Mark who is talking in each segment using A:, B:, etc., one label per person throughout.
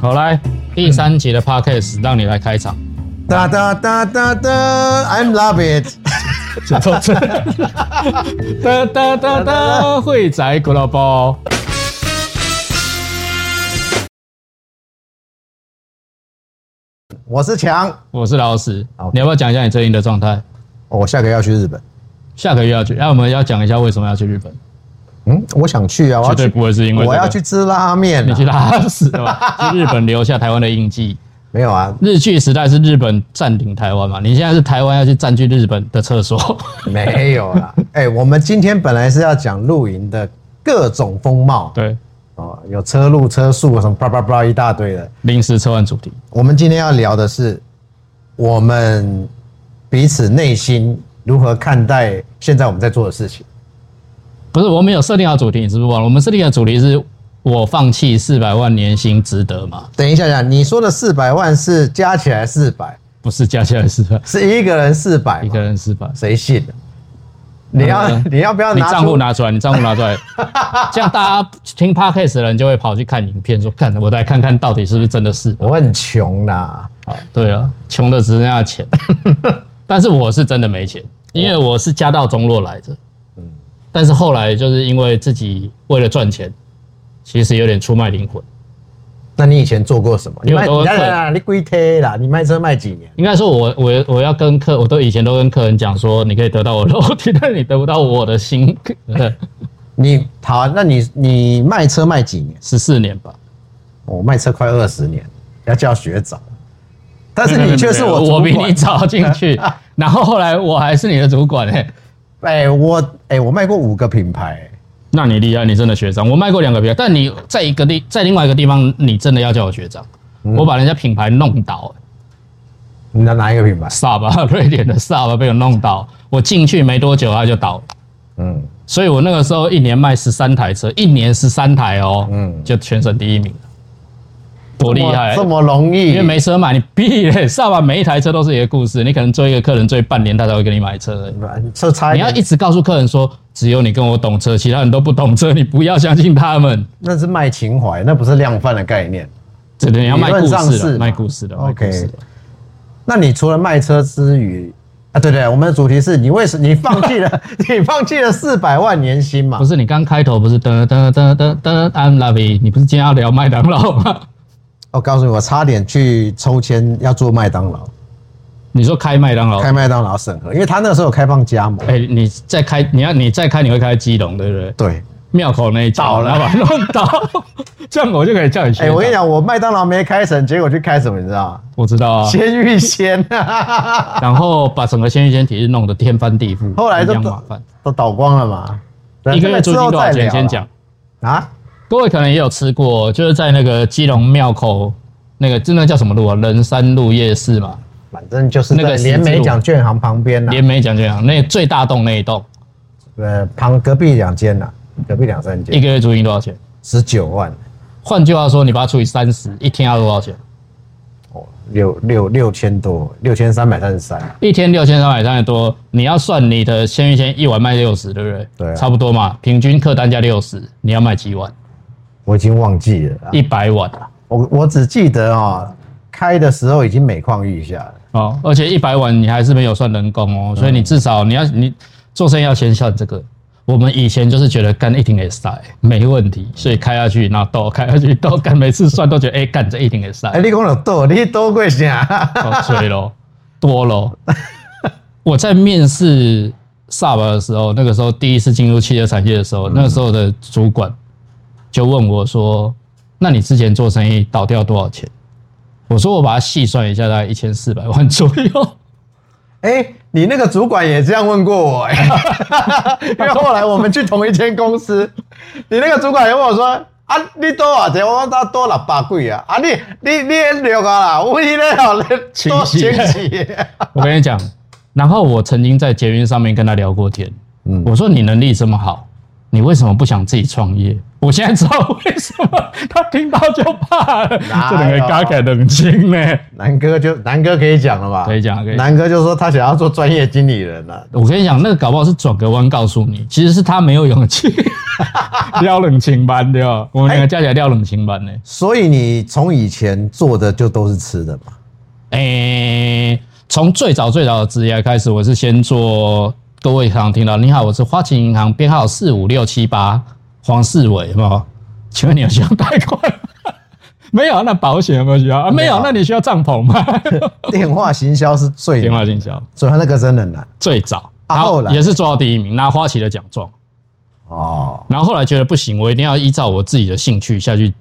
A: 好来，第三集的 podcast 让你来开场。
B: 哒哒哒哒哒，I'm love it。
A: 节奏真。哒哒哒哒，会宅古老包。
B: 我是强，
A: 我是老史
B: 好，
A: 你要不要讲一下你最近的状态？
B: 哦我下个月要去日本。
A: 下个月要去，啊那、我们要讲一下为什么要去日本？
B: 嗯，我想去啊，我
A: 绝
B: 要
A: 对
B: 去，
A: 不会是因为、
B: 我要去，吃拉面、
A: 你去
B: 啊。
A: 拉屎吧？去日本留下台湾的印记。
B: 没有啊，
A: 日据时代是日本占领台湾嘛？你现在是台湾要去占据日本的厕所，
B: 没有 啦。哎、我们今天本来是要讲露营的各种风貌，
A: 对，
B: 哦，有车路、车速什么叭叭叭一大堆的。
A: 临时车换主题。
B: 我们今天要聊的是我们彼此内心如何看待现在我们在做的事情。
A: 不是，我们有设定好主题，你是不是忘了？我们设定的主题是我放弃四百万年薪值得吗？
B: 等一下讲，你说的四百万是加起来四百，
A: 不是加起来四百，
B: 是一个人四百
A: 一个人四百。
B: 谁信啊？你要、
A: 嗯
B: 你要不要
A: 你
B: 拿
A: 账
B: 出
A: 户拿出来，你账户拿出来，这样大家听 podcast 的人就会跑去看影片，说看我来看看到底是不是真的是。
B: 我很穷啦，
A: 好，对啊，穷的只剩下 钱，但是我是真的没钱，因为我是家道中落来的。
B: 嗯
A: 但是后来就是因为自己为了赚钱，其实有点出卖灵魂。
B: 那你以前做过什么？你卖
A: 因为我都
B: 你
A: 会
B: 来来来你龟贴啦，你卖车卖几年？
A: 应该说我，我我要跟客，我都以前都跟客人讲说，你可以得到我的肉体，但你得不到我的心。
B: 你好啊，那你你卖车卖几年？
A: 十四年吧，
B: 我、卖车快二十年，要叫学长。但是
A: 没有没
B: 你
A: 有
B: 却是
A: 没有
B: 我
A: 我
B: 主
A: 比你
B: 管。
A: 早进 去，然后后来我还是你的主管哎、
B: 哎、我哎、我卖过五个品牌、
A: 那你厉害，你真的学长。我卖过两个品牌，但你在一个地，在另外一个地方，你真的要叫我学长。
B: 嗯
A: 我把人家品牌弄倒、
B: 你拿哪一个品牌？
A: 萨巴， 瑞典的萨巴被我弄倒。我进去没多久，他就倒了。
B: 嗯，
A: 所以我那个时候一年卖十三台车，一年十三台哦，
B: 嗯
A: 就全省第一名了，多厉害！
B: 这么容易？
A: 因为没车买，你 屁嘞！萨巴啊每一台车都是一个故事，你可能追一个客人追半年，他才会给你买车而已。
B: 车差
A: 哎你
B: 一
A: 要
B: 点
A: 一直告诉客人说，只有你跟我懂车，其他人都不懂车，你不要相信他们。
B: 那是卖情怀，那不是量贩的概念。
A: 真的，你要卖故
B: 理论上
A: 事
B: 是
A: 的，
B: 嘛
A: 卖故事的，卖故事
B: OK
A: 的。。
B: 那你除了卖车之余，啊，对对，我们的主题是你为什你放弃了 你放弃了四百万年薪嘛
A: 不？是你刚开头不是噔噔噔噔噔，I'm lovey，你不是今天要聊麦当劳吗？
B: 我哦告诉你，我差点去抽签要做麦当劳，
A: 你说开麦当劳，
B: 开麦当劳审核，因为他那个时候有开放加盟，
A: 哎、你再开，你要你再开，你会开基隆，对不对？
B: 对。
A: 庙口那一家
B: 倒了
A: 老板弄倒，这样我就可以叫你去。
B: 哎、我跟你，讲，我麦当劳没开成，结果去开什么，你知道吗？
A: 我知道啊。
B: 鲜芋仙，
A: 然后把整个鲜芋仙体系弄得天翻地覆，
B: 后来
A: 一
B: 就
A: 样麻烦。
B: 都倒光了嘛。对
A: 一个
B: 这
A: 月租
B: 之
A: 金
B: 后
A: 多少
B: 再
A: 钱？
B: 聊
A: 先
B: 啦
A: 讲，
B: 啊，
A: 各位可能也有吃过，就是在那个基隆庙口那个，真的叫什么路啊？仁山路夜市嘛，
B: 反正就是
A: 那
B: 那
A: 个
B: 个
A: 十
B: 联
A: 字
B: 美
A: 路
B: 奖券行旁边呐、啊
A: 连美讲就讲，那最大栋那一栋，
B: 呃，旁隔壁两间呐、隔壁两三间
A: 一，个月租金多少钱？
B: 十九万。
A: 换句话说，你把它除以三十，一天要多少钱？
B: 哦，六六六千多，六千三百三十三，
A: 一天六千三百三十多，你要算你的鲜芋仙一碗卖六十，对不对？
B: 对啊
A: 差不多嘛，平均客单价六十，你要卖几碗？
B: 我已经忘记了啊。
A: 一百碗啊！
B: 我我只记得哦，开的时候已经每况愈下了。
A: 哦，而且一百碗你还是没有算人工哦，所以你至少你要你做生意要先算这个。我们以前就是觉得干一定也塞，没问题，所以开下去，然后豆开下去豆干，每次算都觉得哎干、这一定也塞
B: 哎、，你讲了多，你多贵些啊？
A: 好吹咯，多咯。我在面试 SUB 的时候，那个时候第一次进入汽车产业的时候，那个时候的主管就问我说：“那你之前做生意倒掉多少钱？”我说：“我把它细算一下，大概一千四百万左右。”
B: 哎、你那个主管也这样问过我、 哎，因为后来我们去同一间公司，你那个主管也问我说：“啊，你多少钱？”我说：“他多了八贵啊！”啊，你你你也六啊啦，我一那好了多
A: 清晰
B: 惊 喜。
A: 我跟你讲，然后我曾经在捷运上面跟他聊过天，
B: 嗯
A: 我说你能力这么好，你为什么不想自己创业？我现在知道为什么他听到就怕了，
B: 哪
A: 这
B: 有
A: 两个嘎嘎冷清呢。
B: 南哥就南哥可以讲了吧？
A: 可以讲可以讲
B: 南哥就说他想要做专业经理人了、啊
A: 我跟你讲，那个搞不好是转个弯告诉你，其实是他没有勇气， 撩冷清班对吧？我们两个加起来撩冷清班呢。
B: 所以你从以前做的就都是吃的 嘛？
A: 诶，从最早最早的职业开始，我是先做各位常听到，你好，我是花旗银行编号四五六七八黄世伟，有没有？请问你有需要贷款吗？ 没有，那保险有没有需要？啊、没有，那你需要帐篷 吗？
B: 电话行销是最
A: 电话经销
B: 所以那个真的难
A: 最早，
B: 啊
A: 然后
B: 后来
A: 也是做到第一名，拿花旗的奖状。
B: 哦。
A: 然后后来觉得不行，我一定要依照我自己的兴趣下去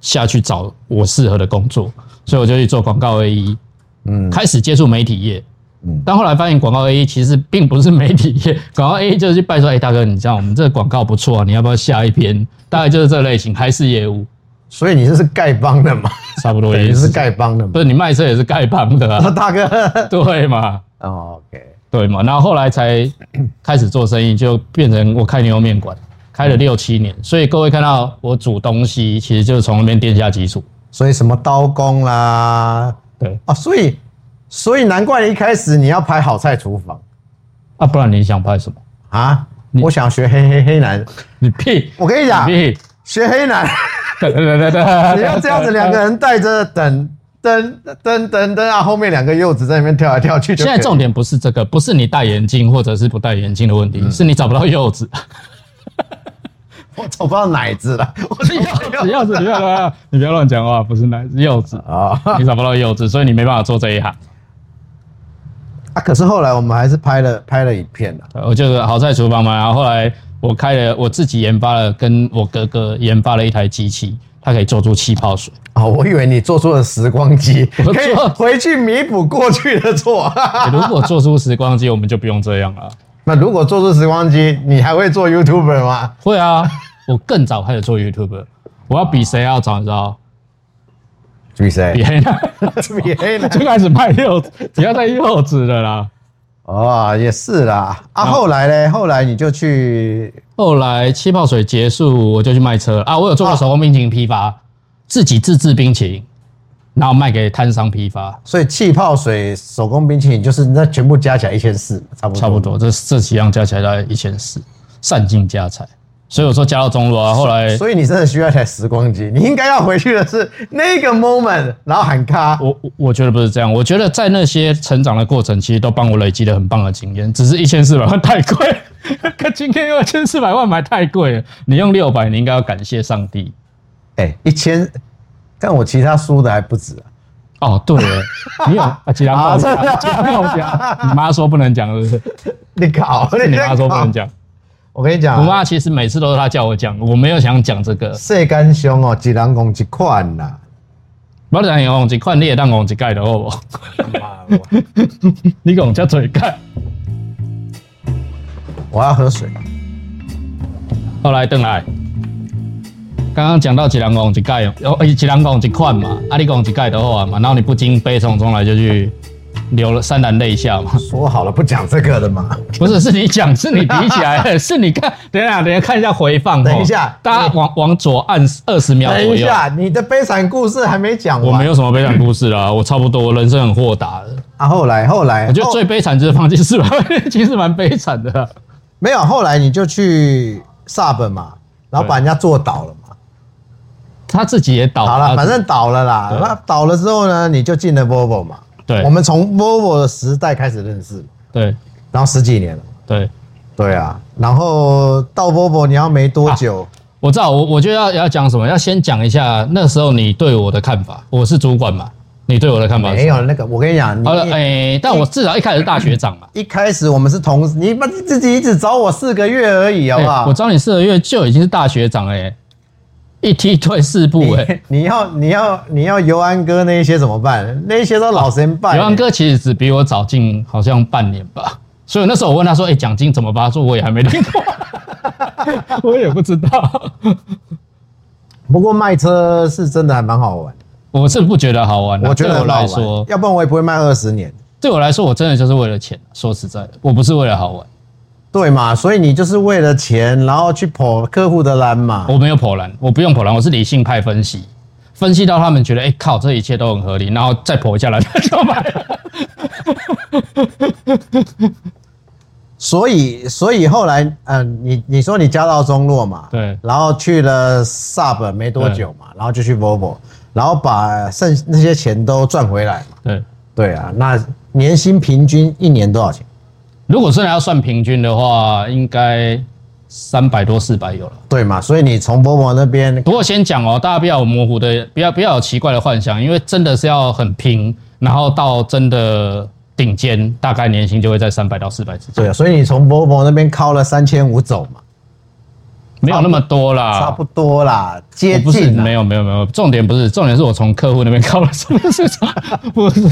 A: 下去找我适合的工作，所以我就去做广告 A E，
B: 嗯
A: 开始接触媒体业。
B: 嗯
A: 但后来发现广告 A E 其实并不是媒体业，广告 A E 就是去拜说，哎、大哥，你知道我们这个广告不错啊，你要不要下一篇？大概就是这类型，还是业务，
B: 所以你这是丐帮的嘛？
A: 差不多
B: 等
A: 也
B: 于是
A: 是，
B: 丐帮的嘛
A: 不？是你卖车也是丐帮的
B: 啊，
A: 啊，
B: 大哥。
A: 对嘛，
B: 哦，OK，
A: 对嘛。然后后来才开始做生意，就变成我开牛肉面馆，开了六七年，所以各位看到我煮东西，其实就是从那边店下基础。
B: 所以什么刀工啦，
A: 对
B: 啊，所以所以难怪一开始你要拍好菜厨房
A: 啊，不然你想拍什么？
B: 啊。我想学黑黑黑男，
A: 你屁！
B: 我跟你讲，
A: 你屁！ 哎
B: 学黑男，
A: 等等等等，
B: 你要这样子两个。人带着等噔噔噔噔啊，后面两个柚子在那边跳来跳去就
A: 现
B: 可以。
A: 在重点不是这个，不是你戴眼镜或者是不戴眼镜的问题，是你找不到柚子。
B: 我找不到奶子了，我是柚
A: 柚子，你不要你不要乱讲话，不是那是柚子，
B: 啊
A: 你找不到柚子，所以你没办法做这一行。
B: 啊！可是后来我们还是拍了拍了影片了，
A: 我就是好在厨房嘛，然后后来我开了我自己研发了，跟我哥哥研发了一台机器，它可以做出气泡水。
B: 哦，我以为你做出了时光机，
A: 我
B: 可以
A: 做
B: 回去弥补过去的错。
A: 欸如果做出时光机，我们就不用这样了。
B: 那如果做出时光机，你还会做 YouTuber 吗？
A: 会啊，我更早开始做 YouTube，我要比谁要早，你知道？
B: 比谁
A: 比？黑娜
B: 比黑呢？
A: 就开始卖柚子，不要再柚子了啦。
B: 哦，也是啦。啊，后来呢？后来你就去
A: 后来气泡水结束，我就去卖车了啊。我有做过手工冰淇淋批
B: 啊
A: 发，自己自制冰淇淋，然后卖给摊商批发，
B: 所以气泡水、手工冰淇淋就是那全部加起来一千四，差不多。
A: 差不。多这这几样加起来大概一千四，散尽家财。所以我说家道中落啊。后来
B: 所以你真的需要一台时光机，你应该要回去的是那个 moment，然后喊咔。
A: 我我我觉得不是这样，我觉得在那些成长的过程，其实都帮我累积了很棒的经验。只是一千四百 万太贵，可今天又一千四百万买太贵了。你用六百，你应该要感谢上帝。
B: 哎，一千，但我其他输的还不止啊。
A: 哦，对了， 你有啊？吉良报
B: 啊真的
A: 家，吉良报家，你妈说不能讲，是不是？
B: 你搞，
A: 是 你
B: 在
A: 妈说不
B: 搞
A: 能。讲。
B: 我跟你讲
A: 我
B: 啊，
A: 妈其实每次都是她叫我讲，我没有想讲这个。
B: 世间上哦，一人讲一款啦。
A: 不要讲红一块，你也当红一盖的好不好？ 你讲叫嘴盖。
B: 我要喝水。
A: 后来邓来，刚刚讲到一人讲一盖，哦，一人讲一款嘛，啊，你讲一盖的好啊嘛，然后你不禁悲从中来就去流了潸然泪下嘛。
B: 说好了不讲这个的嘛。
A: 不是，是你讲，是你比起来， 是你看，等一下，等一下看一下回放哦。
B: 等一下
A: 大家往往左按二十秒
B: 等
A: 左
B: 一
A: 右。
B: 下，你的悲惨故事还没讲
A: 我没
B: 完。
A: 有什么悲惨故事啦，我差不多，我人生很豁达的。
B: 啊，后来后来，
A: 我觉得
B: 后
A: 最悲惨就是放弃 四百万，其实蛮悲惨的啦。
B: 没有，后来你就去 sub 嘛，然后把人家做倒了嘛。
A: 他自己也倒啊
B: 好了，
A: 他
B: 反正倒了啦。
A: 对
B: 那倒了之后呢，你就进了 Volvo 嘛。
A: 对
B: 我们从 Volvo 的时代开始认识嘛，
A: 对
B: 然后十几年了。
A: 对，
B: 对啊，然后到 Volvo 你要没多久，
A: 我知道，我我就要要讲什么，要先讲一下那时候你对我的看法。我是主管嘛，你对我的看法是
B: 没
A: 什么？
B: 有那个，我跟你讲，你
A: 好了，哎、但我至少一开始是大学长 嘛。
B: 一开始我们是同事，你妈自己只找我四个月而已，好不
A: 哎
B: 好
A: 我？招你四个月就已经是大学长哎、一踢退四步哎、
B: 你你要你要你要尤安哥那一些怎么办？那一些都老神拜。
A: 刘安哥其实只比我早进好像半年吧，所以那时候我问他说：“哎、奖金怎么发？”说我也还没领过， 我也不知道。
B: 不过卖车是真的还蛮好玩，
A: 我是不觉得好玩、啊，
B: 我觉得
A: 对我
B: 很好
A: 来
B: 玩
A: 说，，
B: 要不然我也不会卖二十年，
A: 对我来说，我真的就是为了钱。说实在的，我不是为了好玩，
B: 对嘛？所以你就是为了钱，然后去跑客户的栏嘛。
A: 我没有破烂，我不用破烂，我是理性派分析，分析到他们觉得，哎、靠，这一切都很合理，然后再破一下来就买了。
B: 所以所以后来，呃，你你说你家道中落嘛，
A: 对
B: 然后去了 Sub 没多久嘛，然后就去 Volvo，然后把剩那些钱都赚回来嘛，
A: 对，
B: 对啊，那年薪平均一年多少钱？
A: 如果真的要算平均的话，应该三百多四百有了。
B: 对嘛，所以你从 Volvo 那边
A: 不过先讲哦，大家不要有模糊的，不要不要有奇怪的幻想，因为真的是要很拼，然后到真的顶尖，大概年薪就会在三百到四百之间，
B: 对啊，所以你从 Volvo 那边靠了三千五走嘛，
A: 没有那么多
B: 差
A: 啦。
B: 不多啦，
A: 啊我
B: 接
A: 哦不是
B: 近啊啦
A: 没有没有没有，重点不是重点是我从客户那边靠了什么市场，不是。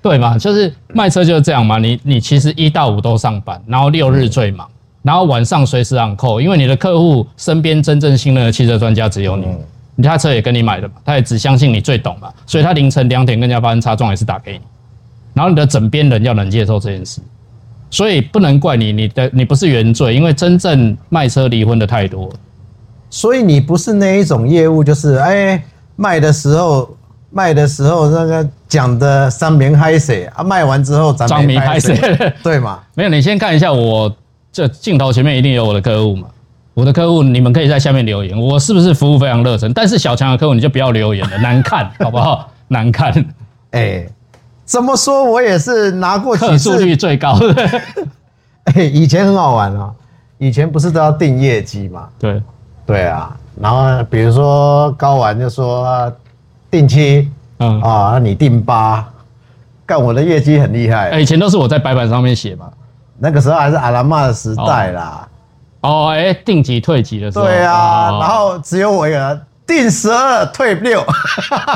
A: 对嘛，就是卖车就是这样嘛，你你其实一到五都上班，然后六日最忙，然后晚上随时按扣，因为你的客户身边真正信任的汽车专家只有你，
B: 嗯
A: 他车也跟你买的嘛，他也只相信你最懂嘛，所以他凌晨两点跟人家发生擦撞也是打给你，然后你的枕边人要能接受这件事，所以不能怪你，你的你不是原罪，因为真正卖车离婚的太多了。
B: 所以你不是那一种业务，就是哎、卖的时候卖的时候那个讲的三明嗨水啊，卖完之后咱
A: 张明
B: 嗨
A: 拍谁？
B: 对嘛？
A: 没有，你先看一下我这镜头前面一定有我的客户嘛。我的客户，你们可以在下面留言，我是不是服务非常热忱？但是小强的客户你就不要留言了，难看，好不 好？难看，
B: 哎、怎么说我也是拿过
A: 客
B: 几
A: 诉
B: 次，
A: 率最高的。
B: 哎、以前很好玩啊，以前不是都要定业绩嘛？
A: 对，
B: 对啊，然后比如说高玩就说啊定七
A: 嗯，
B: 啊，那你定八，干我的业绩很厉害，
A: 哎以前都是我在白板上面写嘛。
B: 那个时候还是阿拉玛的时代啦。
A: 哦，哎、定级退级的时候，
B: 对啊，
A: 哦
B: 然后只有我一个人定十二退六，，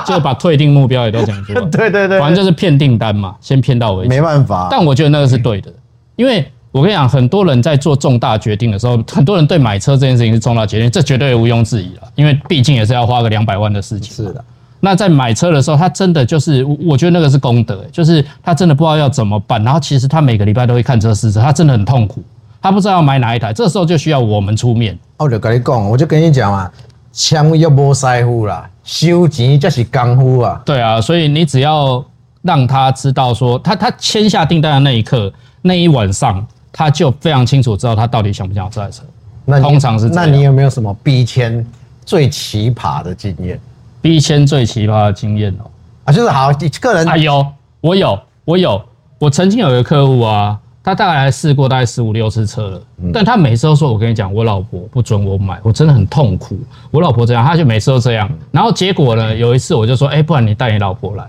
A: 就把退订目标也都讲出来
B: 对 对对，
A: 反正就是骗订单嘛，先骗到为止
B: 没。办法。
A: 但我觉得那个是对的，因为我跟你讲，很多人在做重大决定的时候，很多人对买车这件事情是重大决定，这绝对毋庸置疑了，因为毕竟也是要花个两百万的事情。
B: 是的，
A: 那在买车的时候，他真的就是，我我觉得那个是功德、欸就是他真的不知道要怎么办，然后其实他每个礼拜都会看车试车，他真的很痛苦，他不知道要买哪一台，这时候就需要我们出面。
B: 我就跟你讲，我就跟你讲嘛，签约无师傅啦，收钱才是功夫啊。
A: 对啊，所以你只要让他知道说，他他签下订单的那一刻，那一晚上，他就非常清楚知道他到底想不想要这台车。
B: 那你
A: 通常是这
B: 那
A: 样
B: 你有没有什么逼签最奇葩的经验
A: B 签最奇葩的经验哦、
B: 啊？就是好，你个人
A: 啊，有，我有，我有，我曾经有一个客户啊，他大概试过大概十五六次车了，但他每次都说，我跟你讲，我老婆不准我买，我真的很痛苦，我老婆这样，他就每次都这样。然后结果呢，有一次我就说，哎、不然你带你老婆来，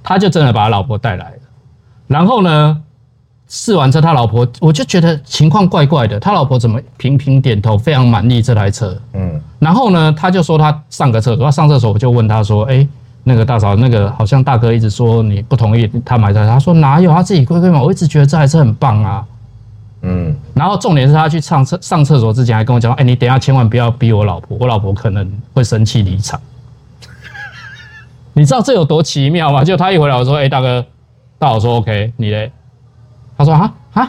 A: 他就真的把他老婆带来了。然后呢，试完车，他老婆我就觉得情况怪怪的，他老婆怎么频频点头，非常满意这台车。
B: 嗯，
A: 然后呢，他就说他上个厕所，他上厕所我就问他说，哎、那个大嫂，那个好像大哥一直说你不同意他买这台车，他说哪有，他自己乖乖买，我一直觉得这台车很棒啊。
B: 嗯，
A: 然后重点是他去上厕上厕所之前还跟我讲说，哎、你等一下千万不要逼我老婆，我老婆可能会生气离场。 你知道这有多奇妙吗？就他一回来我说，哎、大哥，大嫂说 OK，你嘞？他说啊啊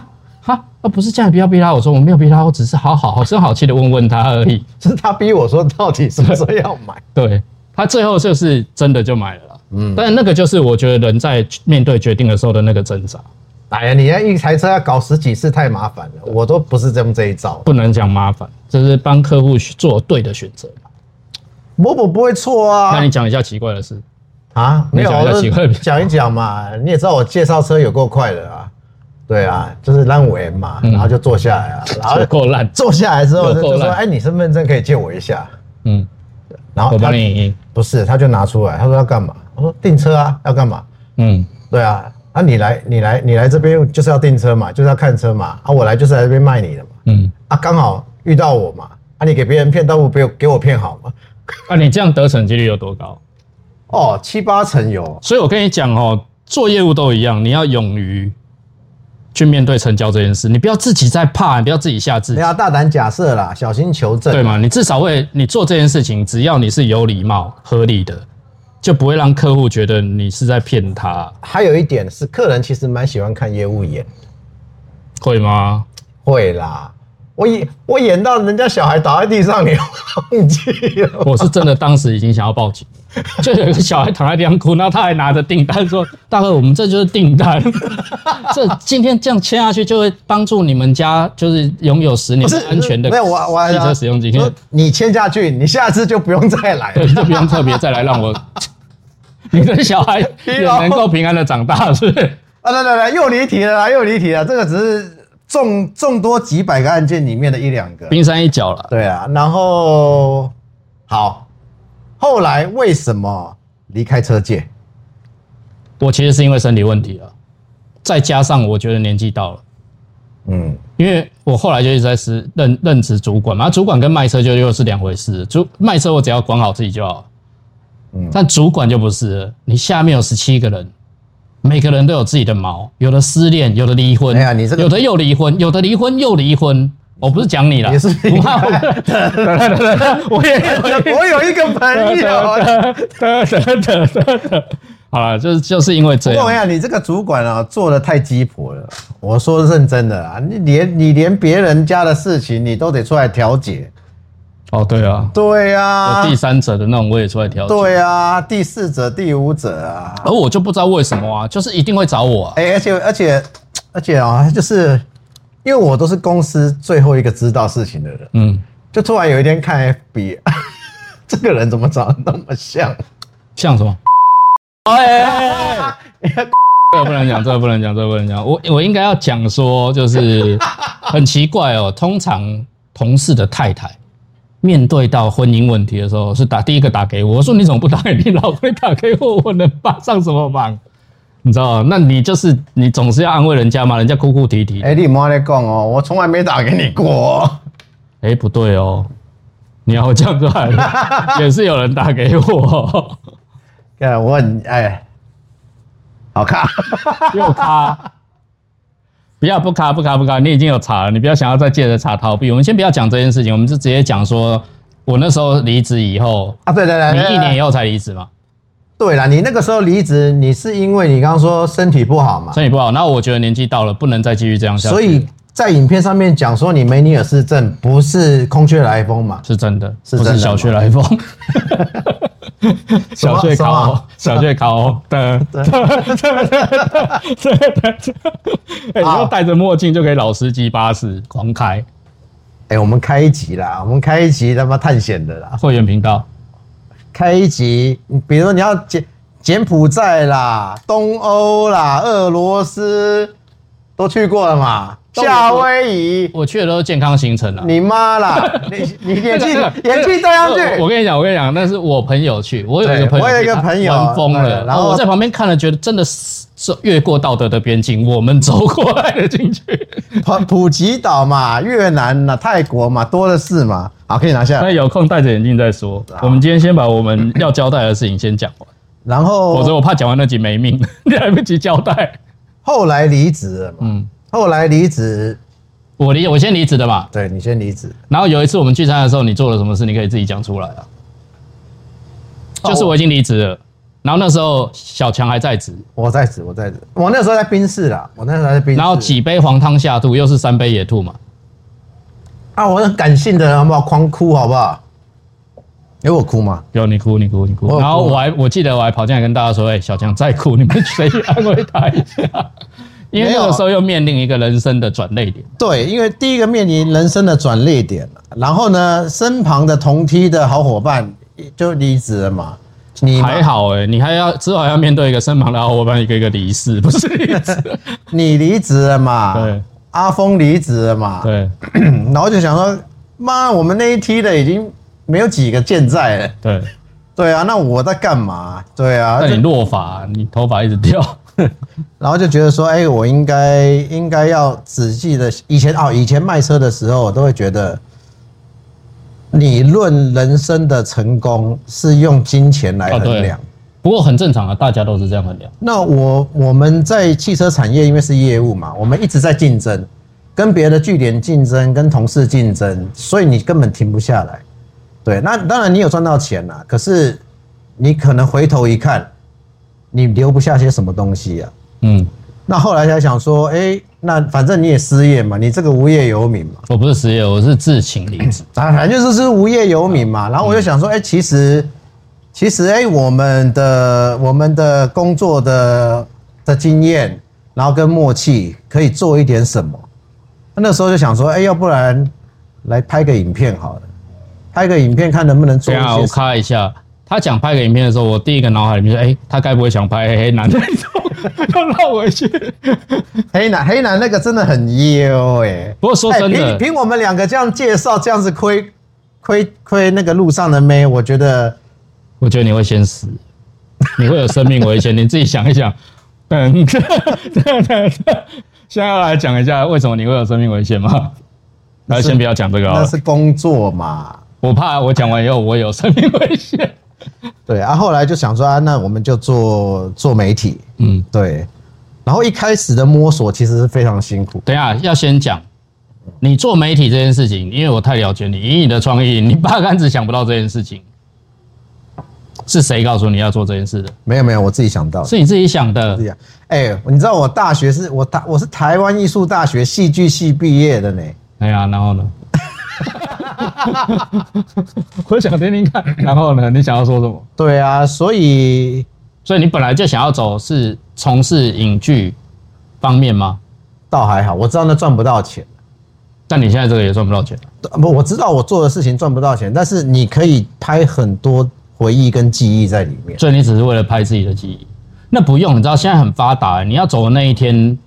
A: 啊，啊不是这样，不要逼他。我说我没有逼他，我只是好好好声好气的问问他而已。
B: 是他逼我说到底什么时候要 买，
A: 对他最后就是真的就买了啦。嗯，但那个就是我觉得人在面对决定的时候的那个挣扎，
B: 哎呀，你要一台车要搞十几次太麻烦了，我都不是这么这一招。
A: 不能讲麻烦，就是帮客户做对的选择。
B: 某某不会错啊，
A: 那你讲一下奇怪的事，
B: 啊，没有，
A: 你讲一下
B: 我就
A: 奇怪的
B: 讲一讲嘛。你也知道我介绍车有够快的啊，对啊，就是让我嘛，然后就坐下来啊， 然后
A: 有够烂。
B: 坐下来之后
A: 嗯有够
B: 就说：“
A: 烂
B: 哎，你身份证可以借我一下。
A: 嗯，”
B: 然后
A: 我
B: 他
A: 帮你影音。
B: 不是，他就拿出来，他说要干嘛？我说订车啊，要干嘛？
A: 嗯，
B: 对啊，啊你来你来你来这边就是要订车嘛，就是要看车嘛，啊我来就是来这边卖你的嘛，
A: 嗯，
B: 啊刚好遇到我嘛，啊你给别人骗，倒不如给我给我骗好嘛？
A: 啊，你这样得逞几率有多高？
B: 哦，七八成 有，
A: 所以我跟你讲哦，做业务都一样，你要勇于去面对成交这件事，你不要自己在怕，你不要自己吓自
B: 你
A: 己，
B: 要啊大胆假设啦，小心求证。啊
A: 对啊吗？你至少会你做这件事情，只要你是有礼貌、合理的，就不会让客户觉得你是在骗他。
B: 还有一点是，客人其实蛮喜欢看业务演，
A: 会吗？
B: 会啦。我演我演到人家小孩倒在地上，你忘记了？
A: 我是真的当时已经想要报 警，就有一个小孩躺在地上哭，然后他还拿着订单说：“大哥，我们这就是订 单，这今天这样签下去就会帮助你们家就是拥有十年
B: 不是
A: 安全的
B: 没有我我还
A: 汽车使用经
B: 说
A: 验，
B: 你签下去，你下次就不用再来
A: 对，
B: 了。
A: 就不用特别再来让 我。你的小孩也能够平安的长大，是不 是？
B: 啊，来来来，又离题了啦，又离题了。这个只是众众多几百个案件里面的一两个。
A: 冰山一角了。
B: 对啊，然后好，后来为什么离开车界？
A: 我其实是因为身体问题了，再加上我觉得年纪到了。
B: 嗯，
A: 因为我后来就一直在是任任职主管嘛，主管跟卖车就又是两回事。主卖车我只要管好自己就好，
B: 嗯
A: 但主管就不是了。你下面有十七个人，每个人都有自己的毛，有的失恋，有的离婚，
B: 哎呀你这个
A: 有的又离婚，有的离婚又离婚。我不是讲你啦，
B: 也是
A: 不怕我，我也有
B: 我有一个 朋友，
A: 好了，就是就是因为这
B: 不过我
A: 样，
B: 想你这个主管啊，做的太鸡婆了。我说认真的啊，你连你连别人家的事情你都得出来调解。
A: 哦，对啊，
B: 对啊
A: 有第，三者的那种我也出来调解。
B: 对啊，第四者、第五者啊，
A: 而我就不知道为什么啊，就是一定会找我啊。
B: 哎、而且而且而且啊，就是因为我都是公司最后一个知道事情的人，
A: 嗯，
B: 就突然有一天看 FB，这个人怎么长得那么 像？
A: 像什么？哎哎哎哎，这个不能讲，这个不能讲，这个不能讲。我我应该要讲说，就是很奇怪哦，通常同事的太太。面对到婚姻问题的时候，是打第一个打给我，我说你怎么不打给你老公？你打给我，我能帮上什么忙？你知道吗？那你就是你总是要安慰人家嘛，人家哭哭啼啼。
B: 哎、你莫在讲哦，我从来没打给你过、 哦。
A: 哎、不对哦，你要这样来了，也是有人打给我，
B: 看我很哎，好看，
A: 又卡。不要不卡不卡不卡，你已经有查了，你不要想要再借着查逃避。我们先不要讲这件事情，我们就直接讲说，我那时候离职以后，
B: 啊！对对对，
A: 你
B: 对
A: 一年以。后才离职嘛，
B: 哎对了，你那个时候离职，你是因为你刚刚说身体不好嘛，
A: 身体不好。那我觉得年纪到了，不能再继续这样下去，
B: 所以在影片上面讲说你梅尼尔氏症不是空穴来风嘛？
A: 是真的，
B: 是
A: 不是
B: 真的
A: 小
B: 吗
A: 学来风，小雀
B: 什么
A: 考，小雀 考的，对对对，哎，你
B: 好
A: 要戴着墨镜就可以老司机巴士狂开
B: 哎、我们开一集啦，我们开一集他妈探险的啦，
A: 会员频道，
B: 开一集，你比如说你要柬柬埔寨啦、东欧啦、俄罗斯都去过了嘛，
A: 都有
B: 夏威夷，
A: 我去的都是健康行程啊。
B: 你妈啦，你你演技
A: 那个那个
B: 演技这样
A: 那个我
B: 去，
A: 跟你讲，我跟你讲，那是我朋友去，我有一
B: 对
A: 个朋友去，
B: 我有一个朋友
A: 他玩疯了，
B: 对
A: 然
B: 然后
A: 后我在旁边看了，觉得真的是是越过道德的边境，我们走过来的进 去。
B: 普普吉岛嘛、越南啦、泰国嘛，多的是嘛。好，可以拿下来
A: 那。有空戴着眼镜再说。
B: 啊
A: 我们今天先把我们要交代的事情先讲完，
B: 然
A: 否则
B: 后
A: 我怕讲完那集没命， 来不及交代。
B: 后来离职了嘛，
A: 嗯，
B: 后来离职，
A: 我离我先离职的嘛。
B: 对你先离职，
A: 然后有一次我们聚餐的时候，你做了什么事，你可以自己讲出来啊。
B: 哦
A: 就是我已经离职了，然后那时候小强还在职，
B: 我在职，我在职，我那时候在宾士啦，我那时候在宾士。
A: 然后几杯黄汤下肚，又是三杯野兔嘛。
B: 啊，我很感性的人，好不好？狂哭好不好？有我哭吗？
A: 有你哭，你哭，你
B: 我
A: 哭。
B: 有哭
A: 然后我还我记得我还跑进来跟大家说：“哎、小强再哭，你们谁去安慰他 一下？”因为那个时候又面临一个人生的转泪点。
B: 对，因为第一个面临人生的转捩点了，然后呢，身旁的同梯的好伙伴就离职了嘛，你嘛
A: 还好哎、你还要之后还要面对一个身旁的好伙伴一个一个离世，不是离世。
B: 你离职了嘛，
A: 对，
B: 阿峰离职了嘛，
A: 对
B: 然后就想说，妈，我们那一梯的已经没有几个健在了，
A: 对，
B: 对啊，那我在干嘛？对啊，
A: 那你
B: 就
A: 落发，你头发一直掉，
B: 然后就觉得说，哎、我应该应该要仔细的，以前哦，以前卖车的时候，我都会觉得，你论人生的成功是用金钱来
A: 哦
B: 衡
A: 对
B: 量。。
A: 不过很正常啊，大家都是这样衡量。
B: 那我我们在汽车产业，因为是业务嘛，我们一直在竞争，跟别的据点竞争，跟同事竞争，所以你根本停不下来。对，那当然你有赚到钱啦，可是你可能回头一看，你留不下些什么东西啊。
A: 嗯，
B: 那后来才想说，哎、那反正你也失业嘛，你这个无业游民嘛，
A: 我不是失业，我是自请离职。
B: 啊，反正就是是无业游
A: 嗯
B: 民嘛。然后我就想说，哎、其实其实哎、我们的我们的工作的的经验，然后跟默契，可以做一点什么。那时候就想说，哎、要不然来拍个影片好了，拍个影片看能不能做
A: 对
B: 一
A: 啊，
B: 些
A: 我
B: 什么。
A: 看一下，他讲拍个影片的时候，我第一个脑海里面说，哎、他该不会想拍黑黑 男那种，就绕回去。
B: 黑男黑男那个真的很优哎、
A: 不过说
B: 哎
A: 真的，
B: 凭凭我们两个这样介绍，这样子亏亏亏那个路上的妹，我觉得
A: 我觉得你会先死，你会有生命危 险，你自己想一想。等， 现在要来讲一下为什么你会有生命危险吗？那先不要讲这个好
B: 那
A: 了，
B: 是工作嘛。
A: 我怕我讲完以后我有生命危险。
B: 对啊，后来就想说啊，那我们就做做媒体，
A: 嗯，
B: 对。然后一开始的摸索其实是非常辛苦，
A: 等一下要先讲你做媒体这件事情，因为我太了解你，以你的创意，你八竿子想不到这件事情。是谁告诉你要做这件事的？
B: 没有没有，我自己想到的。
A: 是你自己想的
B: 自己。想哎、你知道我大学是我大我是台湾艺术大学戏剧系毕业的呢。
A: 哎呀，然后呢？ 我想听听看，然后呢？你想要说什么？
B: 对啊，所以
A: 所以你本来就想要走是从事影剧方面吗？
B: 倒还好，我知道那赚不到钱。
A: 但你现在这个也赚不到钱，
B: 不，我知道我做的事情赚不到钱，但是你可以拍很多回忆跟记忆在里面。
A: 所以你只是为了拍自己的记忆。那不用，你知道现在很发达、欸你要走的那一 天，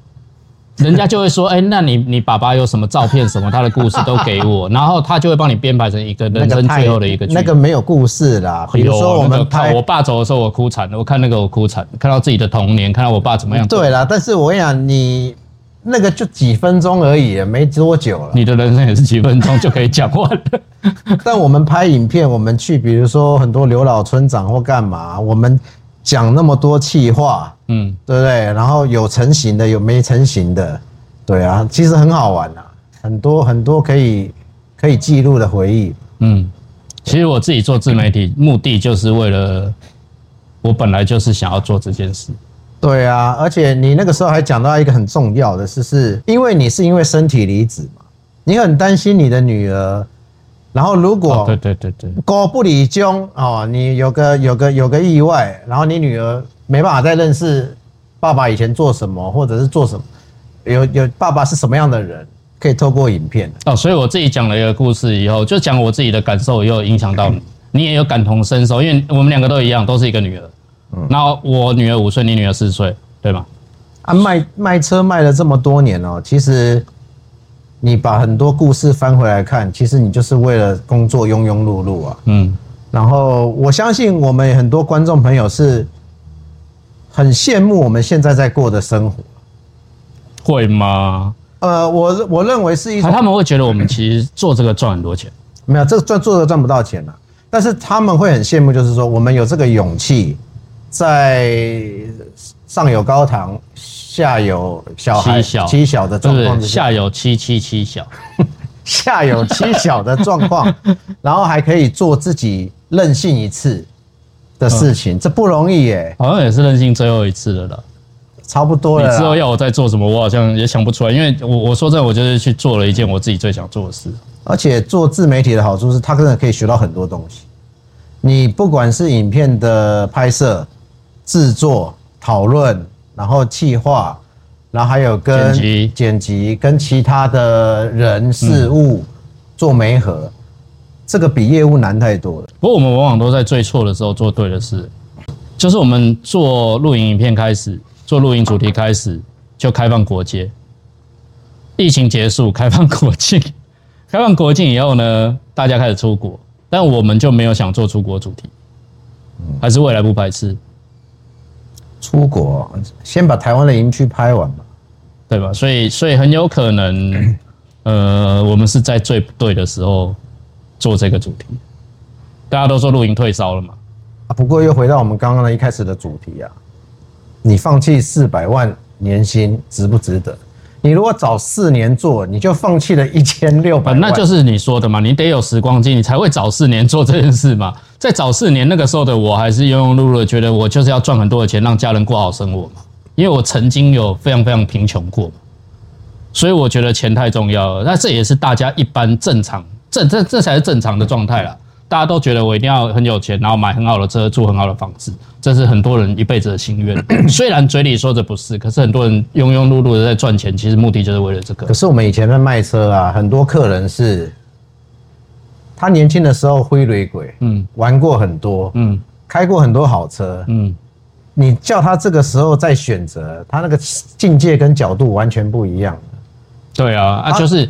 A: 人家就会说：“哎、那你你爸爸有什么照片、什么他的故事都给 我。”然后他就会帮你编排成一个人生
B: 太
A: 最后的一个剧。哎
B: 那个没有故事啦。比如说
A: 有
B: 我
A: 那个
B: 们
A: 看
B: 拍
A: 我爸走的时候，我哭惨了。我看那个我哭惨，看到自己的童年，看到我爸怎么样。
B: 对啦，但是我跟你讲，你那个就几分钟而已，没多久了。
A: 你的人生也是几分钟就可以讲完了。
B: 但我们拍影片，我们去，比如说很多刘老村长或干嘛，我们讲那么多气话，
A: 嗯，
B: 对不对？然后有成型的，有没成型的，对啊，其实很好玩啊，很多很多可以可以记录的回忆。
A: 嗯，其实我自己做自媒体，目的就是为了我本来就是想要做这件事。
B: 对啊，而且你那个时候还讲到一个很重要的事，是因为你是因为身体离职嘛，你很担心你的女儿，然后如
A: 哦，对
B: 果
A: 对对对，
B: 狗不理中哦，你有个有个有个意外，然后你女儿没办法再认识爸爸以前做什么，或者是做什么，有有爸爸是什么样的人，可以透过影片。
A: 哦，所以我自己讲了一个故事以后，就讲我自己的感受，也有影响到你，你也有感同身受，因为我们两个都一样，都是一个女儿。然后我女儿五岁，你女儿四岁，对吗？
B: 啊，卖卖车卖了这么多年哦，其实你把很多故事翻回来看，其实你就是为了工作庸庸碌碌啊。
A: 嗯，
B: 然后我相信我们很多观众朋友是很羡慕我们现在在过的生活。
A: 会吗？
B: 呃，我我认为是一
A: 他
B: 种
A: 他们会觉得我们其实做这个赚很多钱。
B: 没有这个赚做的赚不到钱了、但是他们会很羡慕，就是说我们有这个勇气，在上有高堂，下有小孩，
A: 妻小
B: 妻小的
A: 就
B: 状况
A: 是
B: 之下
A: 下有妻，妻妻小，
B: 下有妻小的状况，然后还可以做自己任性一次的事情，
A: 嗯
B: 这不容易耶，
A: 好像也是任性最后一次了啦。
B: 差不多
A: 你
B: 了啦。啊
A: 之后要我再做什么，我好像也想不出来，因为我我说真的，我就是去做了一件我自己最想做的事。
B: 而且做自媒体的好处是，它真的可以学到很多东西。你不管是影片的拍摄、制作、讨论，然后企划，然后还有跟
A: 剪辑
B: 剪辑跟其他的人事
A: 嗯
B: 物做媒合，这个比业务难太多了。
A: 不过我们往往都在最错的时候做对的事，就是我们做录影影片开始，做录影主题开始就开放国界，疫情结束开放国境， 开放国境以后呢，大家开始出国，但我们就没有想做出国主题，还是未来不排斥，
B: 出国先把台湾的营区拍完嘛，
A: 对吧？所以所以很有可能，呃，我们是在最不对的时候做这个主题。大家都说露营退烧了嘛，
B: 啊不过又回到我们刚刚的一开始的主题啊，你放弃四百万年薪值不值得？你如果早四年做，你就放弃了一千六百
A: 啊，
B: 万，
A: 那就是你说的嘛，你得有时光机，你才会早四年做这件事 嘛。在早四年那个时候的我，还是庸庸碌碌的，觉得我就是要赚很多的钱，让家人过好生活嘛。因为我曾经有非常非常贫穷过嘛，所以我觉得钱太重要了。那这也是大家一般正常，这这这才是正常的状态啦。大家都觉得我一定要很有钱，然后买很好的车，住很好的房子，这是很多人一辈子的心 愿。虽然嘴里说着不是，可是很多人庸庸碌碌的在赚钱，其实目的就是为了这个
B: 可。是我们以前在卖车啊，很多客人是，他年轻的时候挥雷鬼，
A: 嗯
B: 玩过很多，
A: 嗯
B: 开过很多好车，
A: 嗯，
B: 你叫他这个时候再选择，他那个境界跟角度完全不一样。
A: 对啊，啊，就是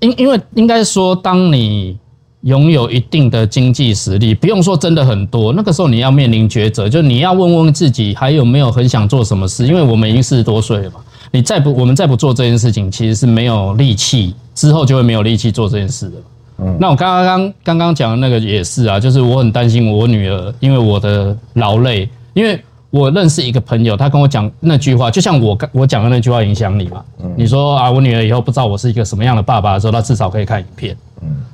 A: 因因为应该说，当你拥有一定的经济实力，不用说真的很多，那个时候你要面临抉择，就你要问问自己还有没有很想做什么事，因为我们已经四十多岁了嘛，你再不我们再不做这件事情，其实是没有力气，之后就会没有力气做这件事的。那我刚刚刚刚讲的那个也是啊，就是我很担心我女儿，因为我的劳累，因为我认识一个朋友，他跟我讲那句话，就像我刚我讲的那句话影响你嘛。你说啊，我女儿以后不知道我是一个什么样的爸爸的时候，她至少可以看影片。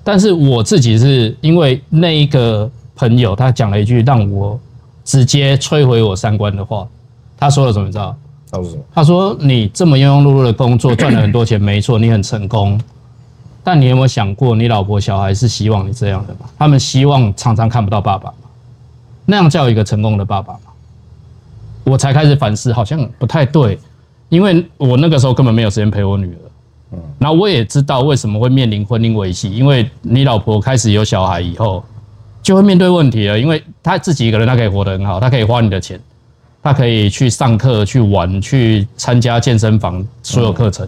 A: 但是我自己是因为那一个朋友，他讲了一句让我直接摧毁我三观的话，他说了什么你知道？
B: 他说什么？
A: 他说：“你这么庸庸碌碌的工作，赚了很多钱，没错，你很成功。但你有没有想过，你老婆、小孩是希望你这样的吗？他们希望常常看不到爸爸吗？那样叫一个成功的爸爸吗？”我才开始反思，好像不太对，因为我那个时候根本没有时间陪我女儿。然后我也知道为什么会面临婚姻危机，因为你老婆开始有小孩以后，就会面对问题了。因为她自己一个人，她可以活得很好，她可以花你的钱，她可以去上课、去玩、去参加健身房所有课程。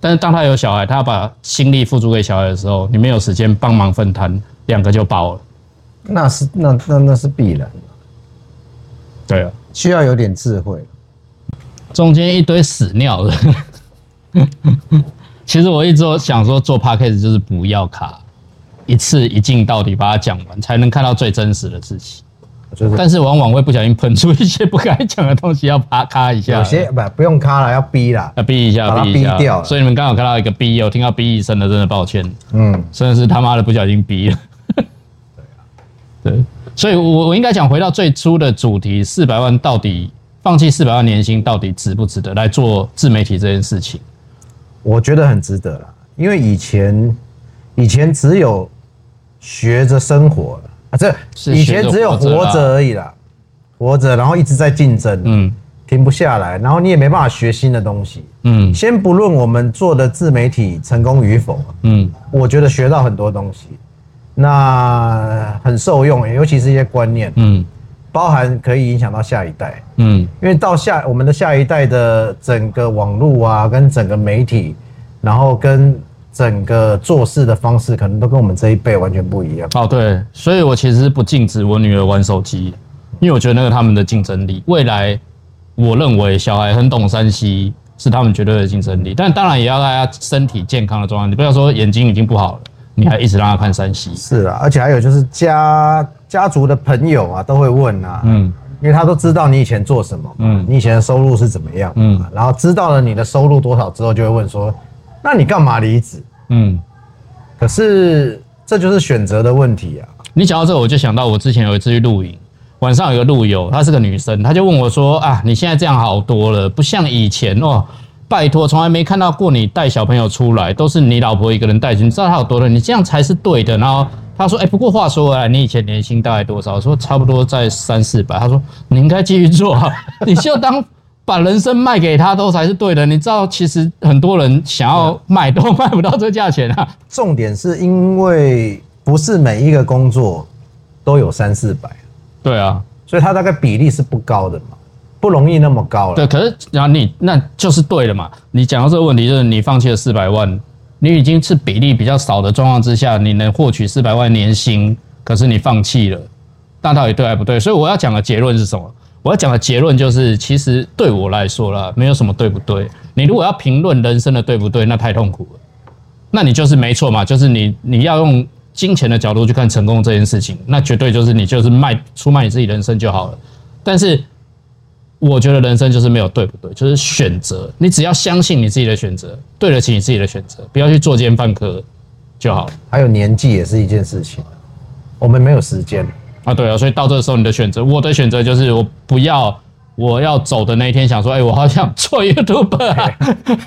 A: 但是当她有小孩，她把心力付诸给小孩的时候，你没有时间帮忙分摊，两个就爆了。
B: 那是那那那是必然，
A: 对啊，
B: 需要有点智慧。
A: 中间一堆屎尿的。 其实我一直都想说，做 podcast 就是不要卡，一次一镜到底把它讲完，才能看到最真实的自己。
B: 就是
A: 但是往往会不小心喷出一些不该讲的东西，要啪咔一下，
B: 有些不不用卡了，要逼啦。
A: 要逼一
B: 把
A: 下，
B: 它
A: 逼一
B: 逼掉
A: 下。
B: 了
A: 所以你们刚好看到一个逼，有听到逼一声的，真的抱歉，
B: 嗯，
A: 真的是他妈的不小心逼了。对，所以我我应该讲回到最初的主题，四百万到底放弃四百万年薪到底值不值得来做自媒体这件事情？
B: 我觉得很值得啦，因为以前以前只有学着生活了啊，这
A: 是
B: 以
A: 学
B: 前
A: 着
B: 只有
A: 活着啦
B: 活着而已啦，活着，然后一直在竞争，
A: 嗯
B: 停不下来，然后你也没办法学新的东西。
A: 嗯
B: 先不论我们做的自媒体成功与否，
A: 嗯
B: 我觉得学到很多东西，那很受用，尤其是一些观念，
A: 嗯
B: 包含可以影响到下一代。
A: 嗯
B: 因为到下我们的下一代的整个网络啊，跟整个媒体，然后跟整个做事的方式，可能都跟我们这一辈完全不一样。
A: 哦，对，所以我其实不禁止我女儿玩手机，因为我觉得那个他们的竞争力。未来，我认为小孩很懂山西是他们绝对的竞争力，但当然也要大家身体健康的状态。你不要说眼睛已经不好了，你还一直让他看山西。
B: 是啊，而且还有就是家家族的朋友啊，都会问啊，
A: 嗯
B: 因为他都知道你以前做什么，嗯
A: 嗯，
B: 你以前的收入是怎么样，嗯
A: 嗯，
B: 然后知道了你的收入多少之后，就会问说，那你干嘛离职？
A: 嗯，
B: 可是这就是选择的问题啊。
A: 你讲到这，我就想到我之前有一次去露营，晚上有个露友，她是个女生，她就问我说：“啊，你现在这样好多了，不像以前哦。”拜托，从来没看到过你带小朋友出来，都是你老婆一个人带去，你知道她有多累？你这样才是对的。然后她说：“哎、不过话说回来，你以前年薪大概多少？”我说：“差不多在三四百。”她说：“你应该继续做、啊， 你就当把人生卖给他都才是对的。”你知道，其实很多人想要卖都卖不到这价钱啊。
B: 重点是因为不是每一个工作都有三四百，
A: 对啊，
B: 所以它大概比例是不高的嘛，不容易那么高了。
A: 对，可是然后你那就是对了嘛。你讲到这个问题，就是你放弃了四百万，你已经是比例比较少的状况之下，你能获取四百万年薪，可是你放弃了，那到底对还不对？所以我要讲的结论是什么？我要讲的结论就是，其实对我来说啦，没有什么对不对。你如果要评论人生的对不对，那太痛苦了。那你就是没错嘛，就是你你要用金钱的角度去看成功这件事情，那绝对就是你就是卖出卖你自己人生就好了。但是我觉得人生就是没有对不对，就是选择。你只要相信你自己的选择，对得起你自己的选择，不要去作奸犯科就好了
B: 还有年纪也是一件事情，啊我们没有时间。
A: 啊。对啊，所以到这个时候你的选择，我的选择就是我不要我要走的那一天，想说，哎、我好想做 YouTube 啊。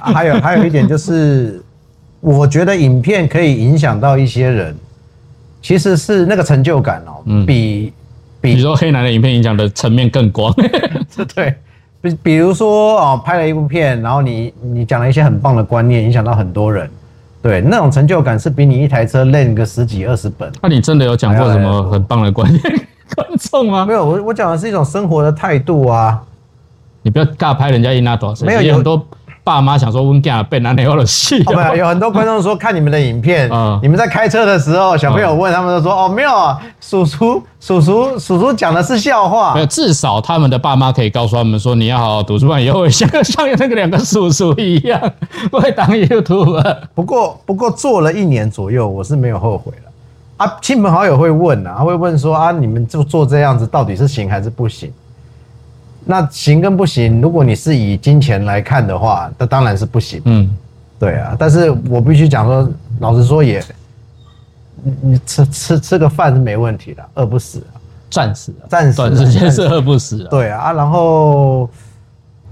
B: 啊还有还有一点就是，我觉得影片可以影响到一些人，其实是那个成就感哦、比
A: 比如
B: 比
A: 说黑男的影片影响的层面更广，
B: 对，比比如说哦，拍了一部片，然后你你讲了一些很棒的观念，影响到很多人，对，那种成就感是比你一台车练个十几二十本。
A: 那你真的有讲过什么很棒的观念 给观众吗
B: 没？有，我我讲的是一种生活的态度啊。
A: 你不要尬拍人家一拿多少钱，
B: 没有
A: 也
B: 有
A: 很多爸妈想说温家被男朋友的戏啊
B: 哦，不，有很多观众说看你们的影片
A: 嗯，
B: 你们在开车的时候，小朋友问他们都说哦没有啊，叔叔叔叔叔叔讲的是笑话
A: 没。有，至少他们的爸妈可以告诉他们说，你要好好读书，不然以后会像像那个两个叔叔一样，会当 YouTube。
B: 不过不过做了一年左右，我是没有后悔了。啊，亲朋好友会问啊，会问说啊，你们就做这样子到底是行还是不行？那行跟不行，如果你是以金钱来看的话，那当然是不行。
A: 嗯，
B: 对啊，但是我必须讲说，老实说也，你你吃吃吃个饭是没问题的，饿不死啊。
A: 暂时啊，
B: 暂时啊
A: 短时间是饿不死啊。
B: 对啊，啊然后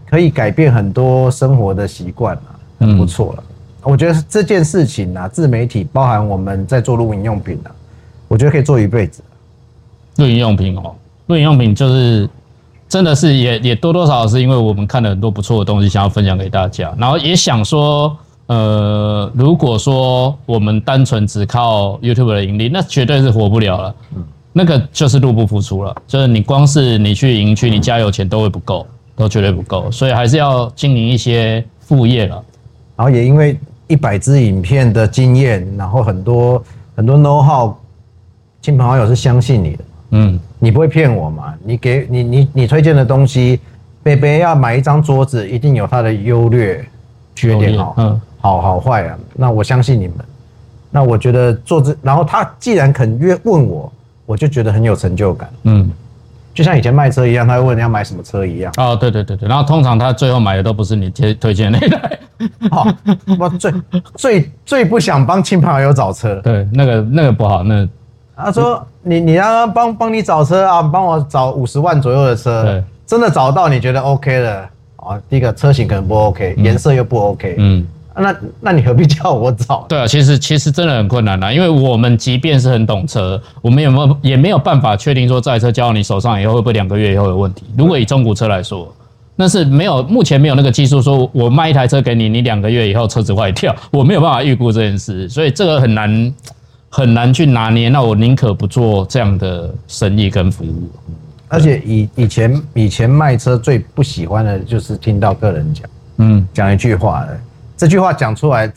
B: 可以改变很多生活的习惯啊，很不错了。我觉得这件事情啊，自媒体包含我们在做录影用品啊，我觉得可以做一辈子。
A: 露营用品哦，露营用品就是真的是也也多多少少是因为我们看了很多不错的东西，想要分享给大家，然后也想说，呃，如果说我们单纯只靠 YouTube 的盈利，那绝对是活不了了。那个就是入不敷出了，就是你光是你去营区，你加油钱都会不够，都绝对不够，所以还是要经营一些副业了。
B: 然后也因为一百支影片的经验，然后很多很多 know how，亲朋好友是相信你的，
A: 嗯，
B: 你不会骗我嘛？你给你你你推荐的东西，贝贝要买一张桌子，一定有它的优劣、缺点
A: 优劣
B: 哦，
A: 嗯
B: 好好坏啊。那我相信你们，那我觉得做这，然后他既然肯约问我，我就觉得很有成就感，
A: 嗯，
B: 就像以前卖车一样，他会问你要买什么车一样。
A: 哦，对对对对，然后通常他最后买的都不是你推推荐的那一台，
B: 哦，我最最最不想帮亲朋好友找车，
A: 对，那个那个不好，那
B: 他说你你让他帮帮你找车啊，帮我找五十万左右的车
A: 对，
B: 真的找到你觉得 OK 了哦，第一个车型可能不 OK，颜色又不 OK，、
A: 嗯。
B: 啊那那你何必叫我找？
A: 对啊，其实其实真的很困难啦、啊因为我们即便是很懂车，我们有没有也没有办法确定说这台车交到你手上以后会不会两个月以后有问题。如果以中古车来说，那是没有目前没有那个技术，说我卖一台车给你，你两个月以后车子坏掉，我没有办法预估这件事，所以这个很难很难去拿捏。那我宁可不做这样的生意跟服务。
B: 而且以以前以前卖车最不喜欢的就是听到客人讲
A: 嗯
B: 讲一句话了，这句话讲出来，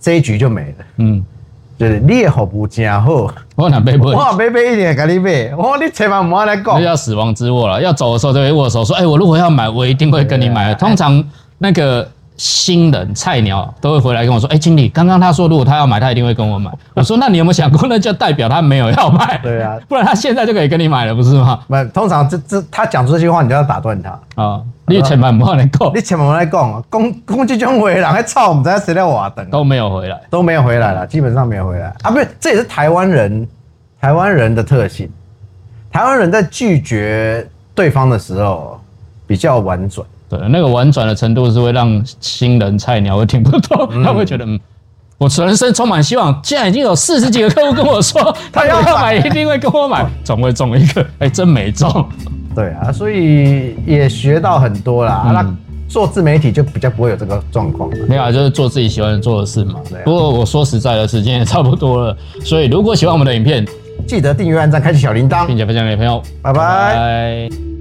B: 这一局就没了，
A: 嗯，
B: 就是你也好不加好，
A: 我哪被不会
B: 我买买一点给你买，我你千万不要来
A: 那
B: 讲
A: 就。叫死亡之握了。要走的时候就会握手，说：“哎、我如果要买，我一定会跟你买。”通常那个新人菜鸟都会回来跟我说：“哎、经理，刚刚他说如果他要买，他一定会跟 我买。”我说：“那你有没有想过，那就代表他没有要买？
B: 对啊，
A: 不然他现在就可以跟你买了，不是吗？
B: 不，通常这这他讲出这句话，你就要打断他。
A: 啊、你千万不能够
B: 你前面来讲，啊讲讲这种话的人，还操，我们在谁在瓦等，
A: 都没有回来。
B: 都没有回来了，基本上没有回来啊，不是，这也是台湾人，台湾人的特性，台湾人在拒绝对方的时候比较婉转，
A: 对，那个婉转的程度是会让新人菜鸟会听不懂，他会觉得 嗯。我人生充满希望，现在已经有四十几个客户跟我说， 他要
B: 他会
A: 买
B: 买
A: 一定会跟我买，总会中一个，哎、真没中。
B: 对啊，所以也学到很多啦。啊那做自媒体就比较不会有这个状况了。
A: 没有啊，就是做自己喜欢做的事嘛
B: 对啊。
A: 不过我说实在的，时间也差不多了，所以如果喜欢我们的影片，
B: 记得订阅、按赞、开启小铃铛
A: 并。且分享给朋友，
B: 嗯拜拜
A: 拜